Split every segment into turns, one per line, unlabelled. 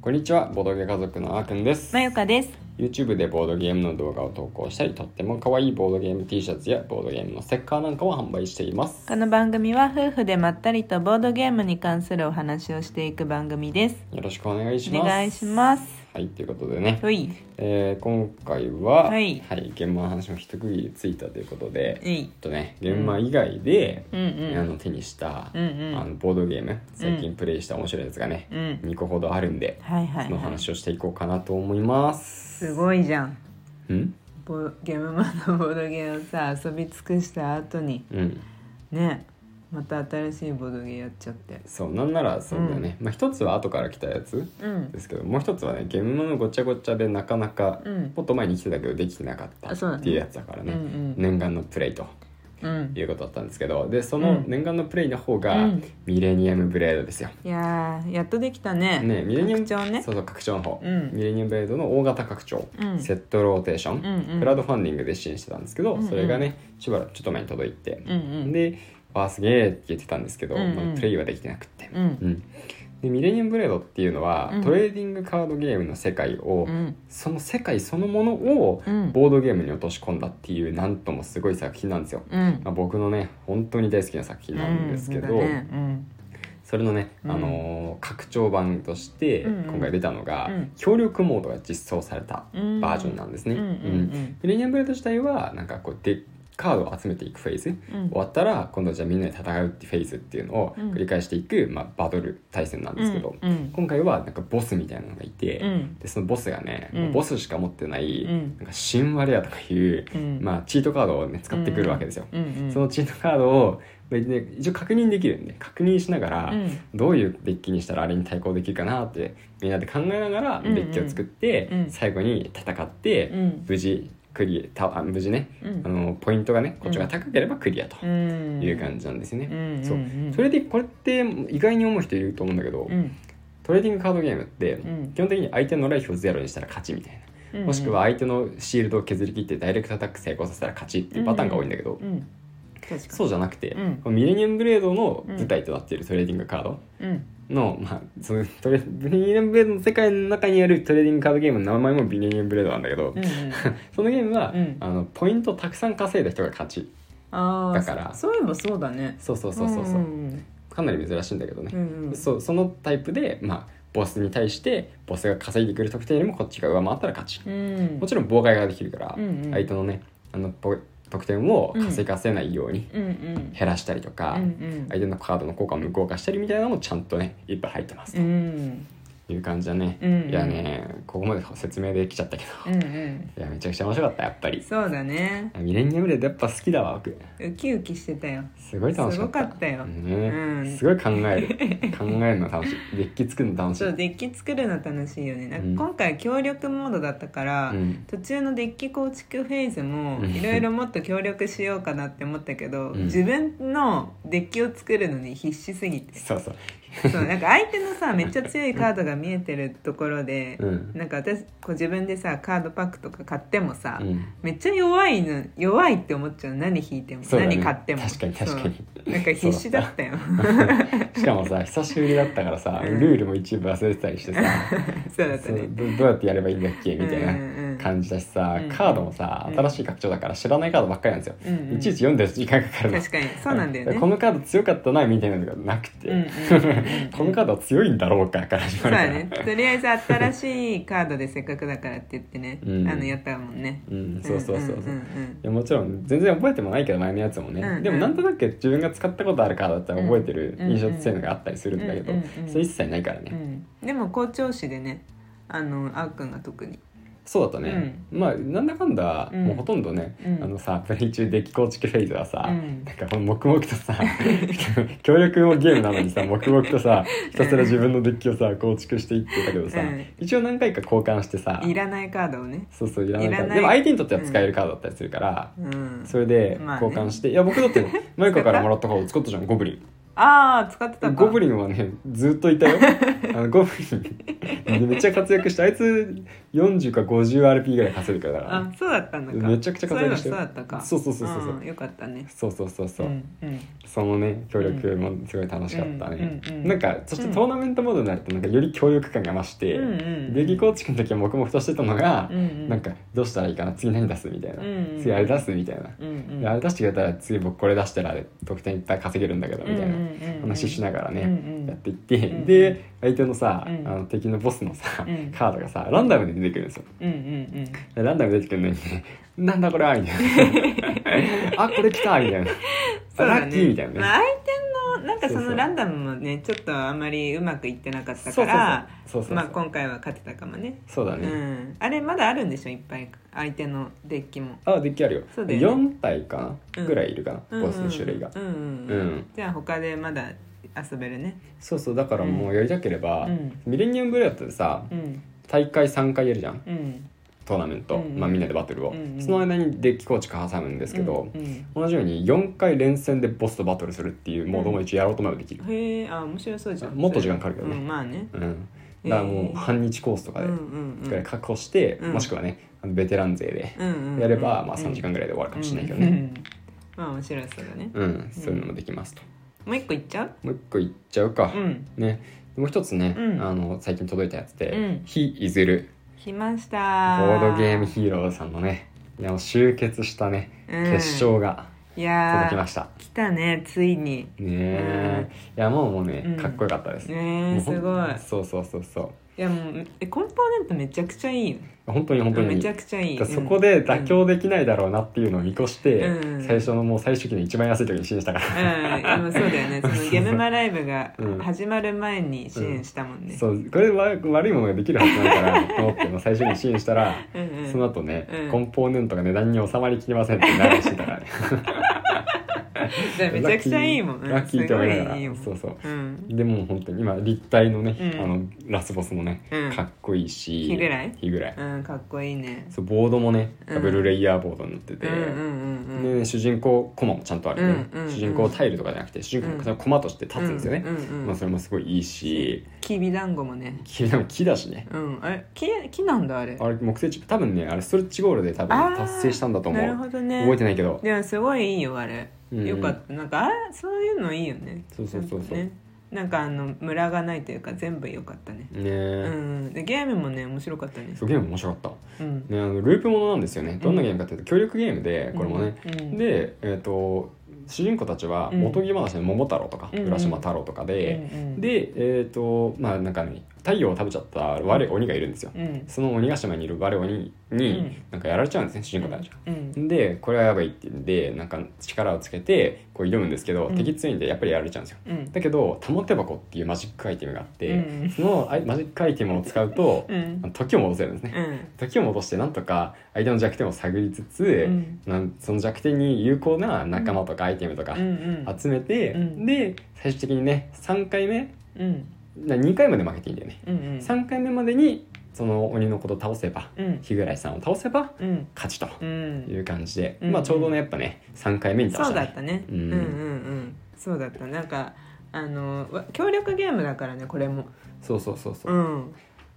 こんにちはボードゲ家族のあーくんです
まゆかです。
YouTube でボードゲームの動画を投稿したりとっても可愛いボードゲーム T シャツやボードゲームのステッカーなんかを販売しています
この番組は夫婦でまったりとボードゲームに関するお話をしていく番組です。
よろしくお願いし
お
ます
願いします。
はいということでね、
ほい、
えー今回は、
はい
現場の話も一区切りついたということで、
えい
ちょっ、とね現場以外で、
うんうん
あの手にした、
うんうん
あのボードゲーム最近プレイした面白いやつがね、
うん、
2個ほどあるんで、
はいはい、
その
はい。
話をしていこうかなと思います。
すごいじゃん。
うん、
ボゲームマンのボードゲームをさ遊び尽くした後に
うん、
ね、また新しいボードゲームやっちゃって。
そうなんならそうだね、まあ一つは後から来たやつ
うん
で。すけどもう一つはねゲームマのごちゃごちゃでなかなか
うん
もっと前に来てたけどできてなかった
あそうだ
っ
ね
ていうやつだからね、
うんうん
念願のプレイと
うん。
いうことだったんですけどでその
うん
念願のプレイの方が、
うん
ミレニアムブレードですよ。
いやー、やっとできたね。
ね、ミレニアム
拡張ね。
そうそう拡張の方、
うん
ミレニアムブレードの大型拡張、
うん
セットローテーション、
うんうん
クラウドファンディングで支援してたんですけど、
うんうん
それがねしばらくちょっと前に届いて、
うんうん。
で「わあすげえ」って言ってたんですけど、
うんうん
まあ、プレイはできてなくって、
うん
うんでミレニアムブレードっていうのは、
うん
トレーディングカードゲームの世界を、
うん。
その世界そのものを
うん
ボードゲームに落とし込んだっていうなんともすごい作品なんですよ。
うん
ま。あ、僕のね本当に大好きな作品なんですけど、
うんそうだねうん
それのね、
うん
あのー拡張版として
うんうん
今回出たのが、
うん
協力モードが実装されたバージョンなんですね。
うんう
う
ん
んミレニアムブレード自体はなんかこうでカードを集めていくフェーズ、
うんうん
終わったら今度はじゃあみんなで戦うっていうフェーズっていうのを
うん
繰り返していく、まあ、バトル対戦なんですけど、
うん
今回はなんかボスみたいなのがいて、
うん
でそのボスがね、
うん
もうボスしか持ってない、
うん
なんか神話レアとかいう、
うん
まあ、チートカードをね使ってくるわけですよ。
うんうん
そのチートカードを、まあね一応確認できるんで確認しながら、
うん
どういうデッキにしたらあれに対抗できるかなってみんなで考えながら
ん
デ
うん
ッキを作って、
うん
最後に戦って、
うん
無事クリアたあ無事ね、
うん
あのポイントがねこっちが高ければクリアと
うん
いう感じなんですよね。
うんうんうん
そうそれでこれって意外に思う人いると思うんだけど、
うん
トレーディングカードゲームって
うん
基本的に相手のライフをゼロにしたら勝ちみたいな、
うん
もしくは相手のシールドを削り切ってダイレクトアタック成功させたら勝ちっていうパターンが多いんだけど、
うん確か
そうじゃなくて、
うん
このミレニアムブレードの舞台となっているトレーディングカード
にうん
の、まあ、そのトレミレニアムブレードの世界の中にあるトレーディングカードゲームの名前もミレニアムブレードなんだけど、
うんうん
そのゲームは、
うん
あのポイントをたくさん稼いだ人が勝ち
あー
だから
そそういえばそうだね
そうそうそうそうそう、
ん
かなり珍しいんだけどね、
うんうん
そうそのタイプで、まあ、ボスに対してボスが稼いでくる得点よりもこっちが上回ったら勝ち、
うん
もちろん妨害ができるから、
うんうん
相手のねあのポ得点を稼がせないように
うんうん
減らしたりとか、
うん
相手のカードの効果を無効化したりみたいなのもちゃんとねいっぱい入ってます
うんうん
という感じだね、
うんうん
いやねここまで説明できちゃったけ
う
ど、
んう
い
ん
やめちゃくちゃ面白かったやっぱり
そうだね
ミレニアムレードやっぱ好きだわ僕
ウキウキしてたよ
すごい楽しかった
すごかったよ
ね
うん
すごい考える考えるの楽しいデッキ作るの楽しい
そうデッキ作るの楽しいよねなんか
うん
今回協力モードだったから、
うん
途中のデッキ構築フェーズも
うん
いろいろもっと協力しようかなって思ったけど、
うん
自分のデッキを作るのに必死す ぎて
そうそう
そうなんか相手のさめっちゃ強いカードが見えてるところで、
うん
なんか私こう自分でさカードパックとか買ってもさ、
うん
めっちゃ弱いの弱いって思っちゃう何引いても、
そうだね
何買っても
確かに確かに
そうなんか必死だったよ
しかもさ久しぶりだったからさ
うん
ルールも一部忘れてたりしてさ
そうだった
そう
ね
どどうやってやればいいんだっけみたい
うんうんう
なん感じだしさ
うん
カードもさ
うん
新しい拡張だから知らないカードばっかりなんです
うんう
よ
ん
いちいち読んでる時間かかるの
確かにそうなんだよね
このカード強かったなみたいなのがなくて
うんうんうんう ん
このカードは強いんだろうかから始
そ
ま
う
るか
だ
ら
ね。とりあえず新しいカードでせっかくだからって言ってね、
うん
あのやったもんね。
うんそうそうそうそう
うんうん
いやもちろん全然覚えてもないけど前のやつもね、
うんうん
でもなんとなく自分が使ったことあるカードだったら覚えてる
うん
印象強いのがあったりするんだけど、
うんうん
それ一切ないからね、
うんうんでも校長誌でね、あのあーくんが特に。
そうだったね、まあなんだかんだ、
うん
もうほとんどね、
うん
あのさプレイ中デッキ構築フェーズはさ、
うん
なんかこの黙々とさ 協力もゲームなのにさ黙々とさひたすら自分のデッキをさ構築していってたけどさ、
うん
一応何回か交換してさ
いらないカードをね。
そうそういらないから
いらない
でも相手にとっては使えるカードだったりするから、
うん。
それで
まあね
交換して、いや僕だ ってマイカからもらったカード使ったじゃんゴブリン。
ああ使ってたか。
ゴ ブリンはねずっといたよあのゴブリンでめっちゃ活躍してあいつ40か 50RP ぐらい稼いでるから
あそうだったんだか
めちゃくちゃ稼いでした
そう
よ
いえばそうだったか
そうそうそうそうそう
うんよかったね
そうそうそうそう、
んうん
そのね協力もすごい楽しかったね、
うんうんうん
なんかそしてトーナメントモードになるとなんかより協力感が増して、
うんうん
ベギーコーチの時は黙々としてたのが
う、ん
なんかどうしたらいいかな次何出すみたいな、
うんうん
次あれ出すみたいな、
うんうん
であれ出してくれたら次僕これ出したら得点いっぱい稼げるんだけどみたいな話しながらね、
うんうん
やっていって、
んうん
で相手のさ、
うん
あの敵のボスのさ、
うん
カードがさランダムで出てくるんですよ
うんうん
でランダムで出てくるのに 「なんだこれは」みたい な「あこれ来た」みたいな「
そうだね
ラッキー」みたいなね、
まあ相手のなんかそ
そうそ
の
う
ランダムもねちょっとあまりうまくいってなかったから
そうそうそうそうそうそう
まあ今回は勝てたかもね
そうだ
う
ね、
んあれまだあるんでしょいっぱい相手のデッキも
あデッキあるよ
そうだよね
4体かな、
うん
ぐらいいるかな、ボスの種類が、
うんうん
う
うん
ん
じゃあ他でまだ遊べるね
そうそうだからもうやりたければ、
うん
ミレニアムブレードってさ
うん
大会3回やるじゃん
うん
トーナメント、
うんうん
まあ、みんなでバトルを、
うんうん
その間にデッキ構築挟むんですけど、
うん
同じように4回連戦でボスとバトルするっていうモードも一応やろうと思えばできる
うん、へえあ面白そうじゃん
もっと時間かかるけどね
うんまあね
うんだからもう半日コースとかで
うんうんうん
ぐらい確保して、
うん
もしくはねあのベテラン勢で
うんうんうん
やれば、まあ、
うん
3時間ぐらいで終わるかもしれないけど
う
ね、
んまあ面白そうだね
うんそういうのもできますと
もう一個いっちゃう
もう一個いっちゃうか、
うん
ねもう一つね、
うん
あの最近届いたやつで
うん
「非いずる
来ました
ボ
ー
ードゲームヒーローさんのねいや集結したね
うん
決勝が
いや
届きま
し
した、
た来たねついに
ねえ、いやもうもうね
うん
かっこよかったです、
ねえ
もうほん
すごい
そうそうそうそう
いやもうえコンポーネントめちゃくちゃいいよ
本当に本当に
めちゃくちゃいい
だからそこで妥協できないだろうなっていうのを見越して、
うん
最初のもう最終期の一番安い時に支援したか
うん、うん、で
ら、
もそうだ よねそのゲムマライブが
うん
始まる前に支援したもん ね、
そうこれわ悪いものができるはずないからと思って もう最初に支援したら、
うんうん
その後ね、
うん
コンポーネントが値段に収まりきりませんってなりしてたからね
だ からめちゃくちゃいいもん、うん、
ラッキーラッキーって思いながら
すごいいいもん
そうそう
うん、
でもう本当に今立体のね、
うん
あのラスボスもね、
うん
かっこいいし
日ぐらい
日ぐらい
うん、かっこいいね
そうボードもね
うん
ダブルレイヤーボードになってて、
うんうんうんうん
で主人公コマもちゃんとあるよね、
うんうんうん
主人公タイルとかじゃなくて主人公がコマとして立つんですよね、
うんうんうん
まあ、それもすごいいいし
きびだんごもね
木でも木だしね
うんあれ木木なんだあれ
あれ木製チップ多分ねあれストレッチゴールで多分
あー
達成したんだと思う
なるほどね
覚えてないけど
でもすごいいいよあれ、
うん
よかったなんかあそういうのいいよね
そうそうそうそう
なんかねなんかあのムラがないというか全部良かったね
ね
う
え、
んでゲームもね面白かったね
そうゲーム面白かっ
うん
た、ね、あのループものなんですよねどんなゲームかっていうと協力ゲームでこれもね、
うん
で、えー、と主人公たちは
うん
おとぎ話の桃太郎とか
うんうん
浦島太郎とかで、
うんうん
でえっ、とまあなんかね太陽を食べちゃった我鬼がいるんですよ、
うん
その鬼ヶ島にいる我鬼に、
うん
なんかやられちゃうんですね主人公たちが。
うん
でこれはやばいって言うんでなんか力をつけてこう挑むんですけど、
うん
敵強いんでやっぱりやられちゃうんですよ。
うん
だけど玉手箱っていうマジックアイテムがあって、
うん
そのあいマジックアイテムを使うと、
うん
あの時を戻せるんですね。
うん
時を戻してなんとか相手の弱点を探りつつ、
うん
なんその弱点に有効な仲間とかアイテムとか
うん
集めて、
うん
で最終的にね3回目
うん
な2回まで負けていいんだよね、
うんうん
3回目までにその鬼のことを倒せば
うん
日暮さんを倒せば
うん
勝ちと
うん
いう感じで、
うん
まあちょうどねやっぱね3回目に倒
そ
し
う
た、
だ
ね
っ、
う
たね、うんん、うんうんそうだったなんかあのわ協力ゲームだからねこれも
そうそうそうそう
う、ん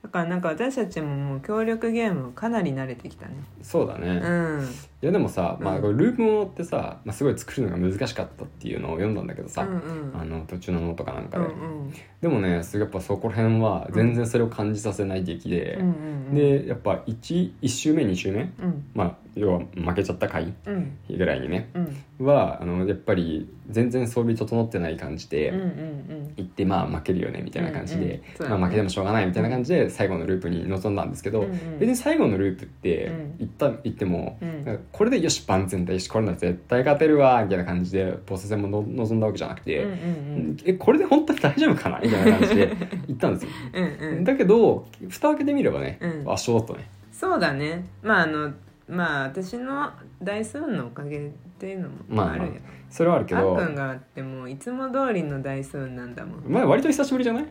だからなんか私たちももう協力ゲームかなり慣れてきたね
そうだね、
う
い
ん
やでもさ、まあ、
うん
これループものってさ、まあ、すごい作るのが難しかったっていうのを読んだんだけどさ、
うんうん
あの途中のノートかなん
う
か
ん
で、
うん
でもねすごいやっぱそこら辺は全然それを感じさせない出来で、
うんうん
でやっぱ 1, 一周目2周目
うん
まあ要は負けちゃった回
うん
ぐらいにね
うんうん
はあのやっぱり全然装備整ってない感じ
うんう
で
ん
行ってまあ負けるよねみたいな感じで
うんうんそうだね
まあ負けてもしょうがないみたいな感じで最後のループに臨んだんですけど
うんうん
別に最後のループって
うん
行った行っても
うん
なんかこれでよし万全だよしこれなら絶対勝てるわみたいな感じでボス戦もの臨んだわけじゃなく
うんうんう
てえ
ん
これで本当に大丈夫かなみ たいな感じで行ったんですよ。
うんうん
だけど蓋を開けてみればね
うん
圧勝だったね。
そうだねまああのまあ私の大数のおかげっていうのも
まあ
あるよ、
それはあるけ
あっ
ど
くんがあってもういつも通りの大数なんだもん
まあ割と久しぶりじゃない、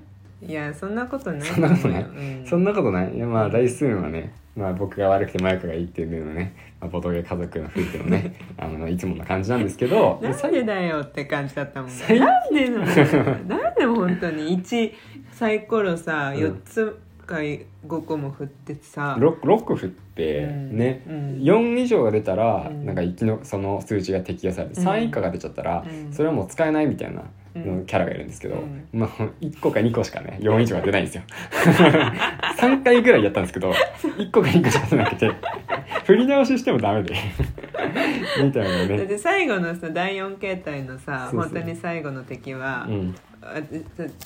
いやそんなことない
そんなことない
と思うようん
そんなことないいやまあ大数はね、まあ、僕が悪くてマイクがいいっていうのね、まあ、ボトゲ家族の夫婦の ねあのいつもの感じなんですけど
なんでだよって感じだったもん
最
なんでなのなんで本当に1サイコロさ
うん
4つ回5個も振ってさ
ロックロック振って、
うん
ね、
うん
4以上が出たら、
うん
なんか生きのその数値が適用されて、
うん
3以下が出ちゃったら、
うん
それはもう使えないみたいな
うん
のキャラがいるんですけど、
うん
まあ、1個か2個しかね4以上が出ないんですよ 3回ぐらいやったんですけど1個か2個しか出なくて振り直ししてもダメでみたいな
だっ
ね、
て最後のさ第4形態のさ
そうそう
本当に最後の敵は、
うん、
あ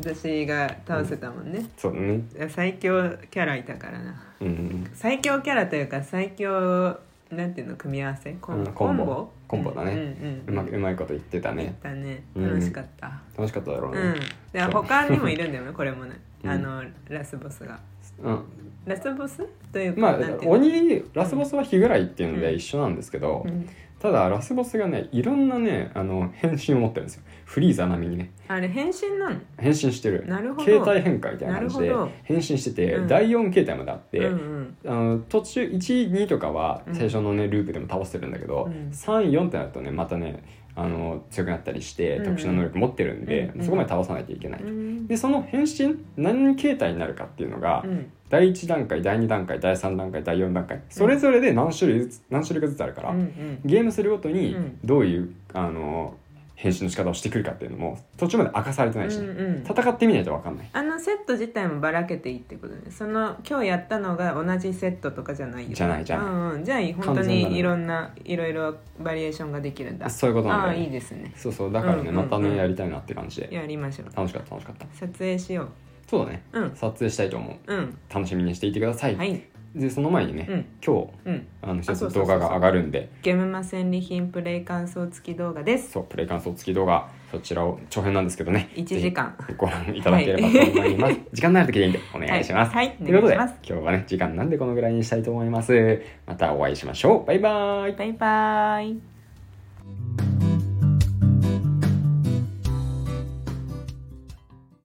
私が倒せたもんね、
そうだね、
いや最強キャラいたからな
うん、
最強キャラというか最強なんていうの組み合わせコ
う
ン,、
んコンボ
コンボ
コンボだね
うん
う
うん
まくうまいこと言ってた
いっ
ね
たね
うん
楽しかった
楽しかっただろう
う
ね、
ん、で他にもいるんだよねこれもね、
うん
あのラスボスが
うん、
ラスボスというか
まあ
なんていうの
鬼ラスボスは日ぐらいっていうの
う
で
ん
一緒なんですけど、
うん
ただラスボスがねいろんなねあの変身を持ってるんですよフリーザ並みにね
あれ変身なの
変身してる
なるほど
形態変化みたいな感じ
な
で
るほど
変身してて、
うん
第4形態まであって、
うんうん
あの途中12とかは
うん
最初のねループでも倒してるんだけど、
うん
34ってなるとねまたねあの強くなったりして
うん
特殊な能力持ってるんで、
うん
そこまで倒さなきゃいけない、
うん
でその変身何形態になるかっていうのが、
うん
第1段階第2段階第3段階第4段階それぞれで何種類ずつ何種類かずつあるから、
うんうん
ゲームするごとに
うん
どういう、あの変身の仕方をしてくるかっていうのも途中まで明かされてないし、ね
うんうん
戦ってみないと分かんない
あのセット自体もばらけていいってことねその今日やったのが同じセットとかじゃないよ
じゃないじゃない
うんうん、じゃあ本当
完全なの
にいろんないろいろバリエーションができるんだ
そういうことなん
あ
だ
あ
よね
いいですね
そうそうだからね、
うんうんう
ま
ん
たねやりたいなって感じで
やりましょう
楽しかった楽しかった
撮影しよ
そうだね、
ううん
撮影したいと思う
うん
楽しみにしていてください、
はい
でその前にね、
うん
今日
うん
あの一
あそ
つ
うそうそうそう
動画が上がるんで
ゲームマ戦利品プレイ感想付き動画です
そうプレイ感想付き動画そちらを長編なんですけどね
1時間
ぜひご覧いただければと思います、時間のある時でいいんでお願いします、
はいはい
ということで
お願
今
いしま
日はね時間なんでこのぐらいにしたいと思いますまたお会いしましょうバイバイ
バイバーイ